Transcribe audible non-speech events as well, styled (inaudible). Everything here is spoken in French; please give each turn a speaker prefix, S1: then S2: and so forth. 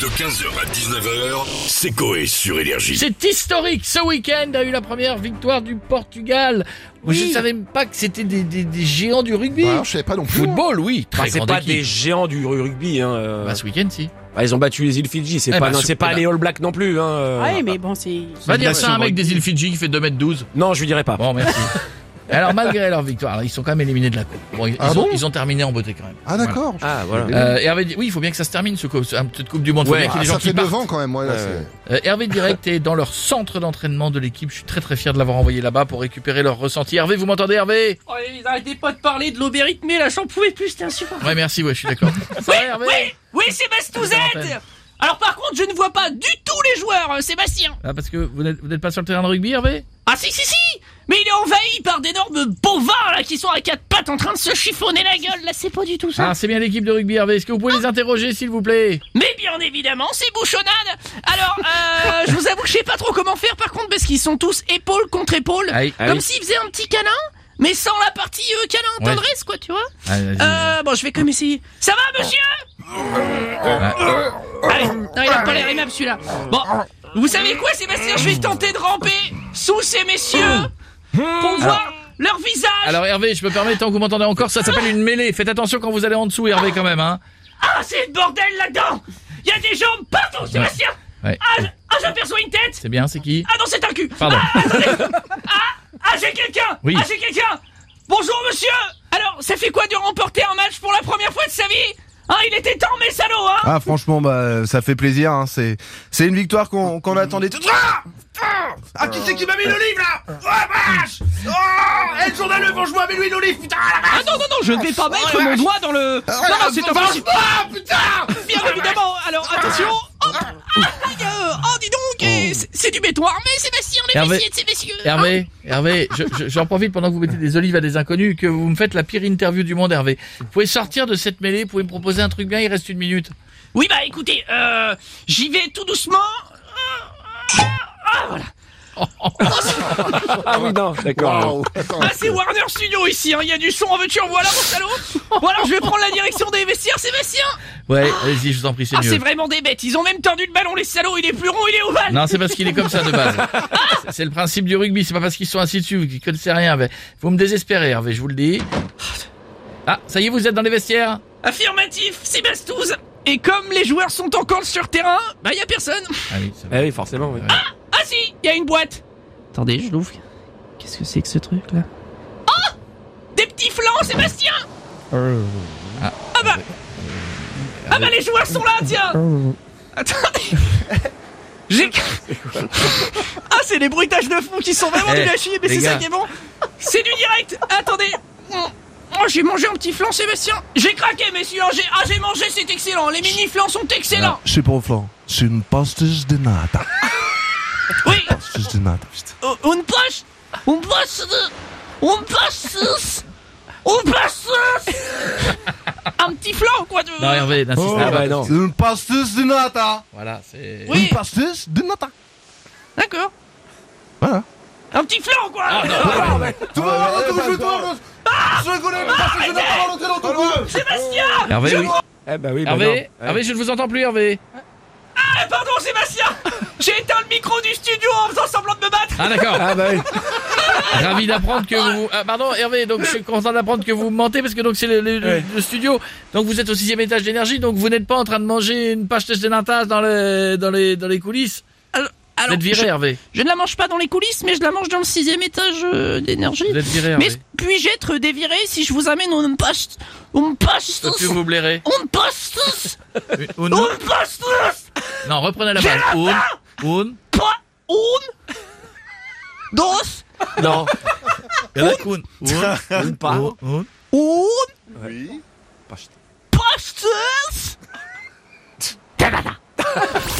S1: De 15h à 19h, c'est Coé sur Énergie.
S2: C'est historique. Ce week-end a eu la première victoire du Portugal. Je ne savais même pas que c'était des, des- des géants du rugby. Bah,
S3: Bah, je savais pas non plus. hein.
S2: Football, oui. Très
S4: Enfin, Bah, c'est
S2: grande
S4: pas
S2: équipe.
S4: des géants du rugby. Hein. euh.
S2: Bah, ce week-end, si.
S4: Bah, ils ont battu les îles Fidji. C'est
S2: Eh
S4: pas,
S2: bah,
S4: non,
S2: sur-
S4: c'est pas
S2: eh
S4: les All Blacks non plus. Hein. euh.
S5: Ouais, mais bon, c'est.
S2: Va dire ça à un mec des îles Fidji qui fait 2m12.
S4: Non, je lui dirais
S2: (laughs)
S4: pas.
S2: Bon, merci. (laughs) Alors, malgré leur victoire, alors, ils sont quand même éliminés de la Coupe. Bon, ils,
S3: Ah
S2: ils
S3: bon
S2: ont, ils ont terminé en beauté quand même.
S3: Ah d'accord.
S4: Ah voilà.
S2: Euh, Hervé, Di- oui, il faut bien que ça se termine, ce coup, cette Coupe du Monde. Faut
S4: Ouais,
S2: bien qu'il y
S3: Ah,
S2: ait des gens
S3: ça
S2: qui
S3: fait
S2: partent.
S3: 9 ans quand même. Ouais, là,
S4: Ouais,
S3: c'est-
S4: ouais.
S2: Euh, Hervé Direct est dans leur centre d'entraînement de l'équipe. Je suis très très fier de l'avoir envoyé là-bas pour récupérer leur ressenti. Hervé, vous m'entendez, Hervé
S6: Oh, ils arrêtaient pas de parler de l'obérythmie, là, j'en pouvais plus, c'était insupportable.
S2: Ouais, merci, ouais, je suis d'accord. Ça va, Hervé
S6: Oui, oui, c'est Bastouzette Alors par contre, je ne vois pas du tout les joueurs, euh, Sébastien.
S2: Ah, parce que vous n'êtes vous n'êtes pas sur le terrain de rugby, Hervé
S6: Ah si, si, si Mais il est envahi par d'énormes bovards, là, qui sont à quatre pattes en train de se chiffonner la gueule, là, c'est pas du tout ça.
S2: Ah, c'est bien l'équipe de rugby, Hervé. Est-ce que vous pouvez les interroger, s'il vous plaît
S6: Mais bien évidemment, c'est bouchonnade Alors, (laughs) euh, je vous avoue que je sais pas trop comment faire, par contre, parce qu'ils sont tous épaule contre épaule,
S2: Aïe,
S4: Ah
S6: comme
S4: oui.
S6: s'ils faisaient un petit câlin, mais sans la partie euh, câlin,
S2: Ouais.
S6: tendresse, quoi, tu vois
S2: Allez, vas-y.
S6: Euh, bon, je vais quand même essayer. Ça va, monsieur Allez, non, il a pas l'air aimable celui-là. Bon, vous savez quoi, Sébastien Je vais tenter de ramper sous ces messieurs pour voir leur visage.
S2: Alors, Hervé, je me permets, tant que vous m'entendez encore, ça s'appelle une mêlée. Faites attention quand vous allez en dessous, Hervé, quand même, hein.
S6: Ah, c'est le bordel là-dedans Il y a des jambes partout, Sébastien
S2: Ouais.
S6: Ah, je- ah, j'aperçois une tête
S2: C'est bien, c'est qui
S6: Ah non, c'est un cul
S2: Pardon.
S6: Ah, j'ai quelqu'un
S2: Oui.
S6: Ah, j'ai quelqu'un Bonjour, monsieur Alors, ça fait quoi de remporter un match pour la première fois de sa vie Hein, il était temps, mes salauds, hein
S7: Ah franchement bah ça fait plaisir hein, c'est c'est une victoire qu'on qu'on attendait. Ah Ah, qui c'est qui m'a mis l'olive là Oh vache Oh Eh, le journal le vengement mais lui l'olive putain la vache
S6: Ah non, non, non, je ne vais pas mettre
S2: Ah.
S6: mon doigt dans le... Non, non, c'est impossible
S7: Ah putain
S6: Bien évidemment Alors, attention Hop Ah, aïe, euh, Oh, dis donc eh, c'est- C'est du béton armé, Sébastien, les
S2: Hervé-
S6: fessiers de ces messieurs
S2: Hervé, Hervé, je- je- j'en profite pendant que vous mettez des olives à des inconnus que vous me faites la pire interview du monde, Hervé. Vous pouvez sortir de cette mêlée, vous pouvez me proposer un truc bien, il reste une minute.
S6: Oui, bah écoutez, euh, j'y vais tout doucement... Ah, Ah, voilà
S4: Ah oui, non, d'accord.
S3: Waouh. Attends.
S6: Ah, c'est Warner Studio ici, hein. il y a du son en veux-tu, en voilà, mon salaud Bon alors, je vais prendre la direction des vestiaires, Sébastien
S2: Ouais, allez-y, je vous en prie, c'est
S6: Ah,
S2: mieux.
S6: c'est vraiment des bêtes, ils ont même tendu le ballon, les salauds, il est plus rond, il est ovale
S2: Non, c'est parce qu'il est comme ça de base. C'est- C'est le principe du rugby, c'est pas parce qu'ils sont assis dessus, vous qu'ils connaissez rien, Hervé. Vous me désespérez, Hervé, je vous le dis. Ah, ça y est, vous êtes dans les vestiaires
S6: Affirmatif, c'est Bastouze Et comme les joueurs sont en camp sur terrain, bah y a personne
S2: Ah oui, c'est
S4: Eh oui, forcément. oui.
S6: Ah si, y a une boîte Attendez, je l'ouvre. Qu'est-ce que c'est que ce truc là Oh Des petits flancs, Sébastien
S2: Ah.
S6: ah. bah Ah bah les joueurs sont là, tiens
S2: (laughs)
S6: Attendez J'ai... Ah c'est les bruitages de fond qui sont vraiment
S2: Eh,
S6: du la chier, mais
S2: les
S6: c'est ça
S2: gars.
S6: qui est bon C'est du direct Attendez Oh, j'ai mangé un petit flan, Sébastien J'ai craqué, messieurs hein, j'ai... Ah, j'ai mangé, c'est excellent Les mini-flans sont excellents
S7: C'est pour Flan, c'est une pastis de nata.
S2: Ah.
S6: Oui,
S7: Pastis de nata. putain.
S6: Euh, Une poche Une poche de... Une poche de- Une poche
S2: (laughs)
S6: de- Un petit flanc, quoi de...
S2: Non, Hervé,
S3: Oh.
S2: n'insiste
S4: Ah
S2: pas.
S4: bah non.
S7: C'est une pastis de nata.
S2: Voilà, c'est.
S6: Oui.
S7: Une pastis de nata.
S6: D'accord.
S7: Voilà. Ah,
S6: Un petit flanc, quoi
S2: Ah,
S6: Ah,
S7: Tu vas voir, tu vas jouer, tu vas voir. Je connais le pastis de nata, on va rentrer dans ton cul.
S6: Sébastien
S2: Hervé, oui.
S4: Eh bah oui, bah non.
S2: Hervé,
S4: Eh.
S2: Hervé, je ne vous entends plus, Hervé.
S6: Ah, pardon, Sébastien J'ai éteint le micro du studio en faisant semblant de me battre
S2: Ah, d'accord.
S4: Ah bah oui.
S2: Ravi d'apprendre que vous. Ah, pardon, Hervé. Donc, je suis content d'apprendre que vous mentez parce que donc c'est le, le- le-
S4: Ouais.
S2: le studio. Donc, vous êtes au sixième étage d'énergie. Donc, vous n'êtes pas en train de manger une page de natas dans les dans les dans les coulisses.
S6: Alors,
S2: Vous êtes viré,
S6: je,
S2: Hervé.
S6: je ne la mange pas dans les coulisses, mais je la mange dans le sixième étage euh, d'énergie.
S2: Vous êtes viré,
S6: Mais
S2: Hervé.
S6: puis-je être déviré si je vous amène une poche... Une poche...
S2: Est-ce que vous blairer
S6: Une poche...
S2: Une-
S6: Une poche...
S2: Non, reprenez la balle. Une, une.
S6: Pas une, dos,
S4: Non.
S2: Il y en a qu'une. Une,
S4: Ou pas.
S2: une, une.
S6: une,
S3: Oui.
S6: pastes.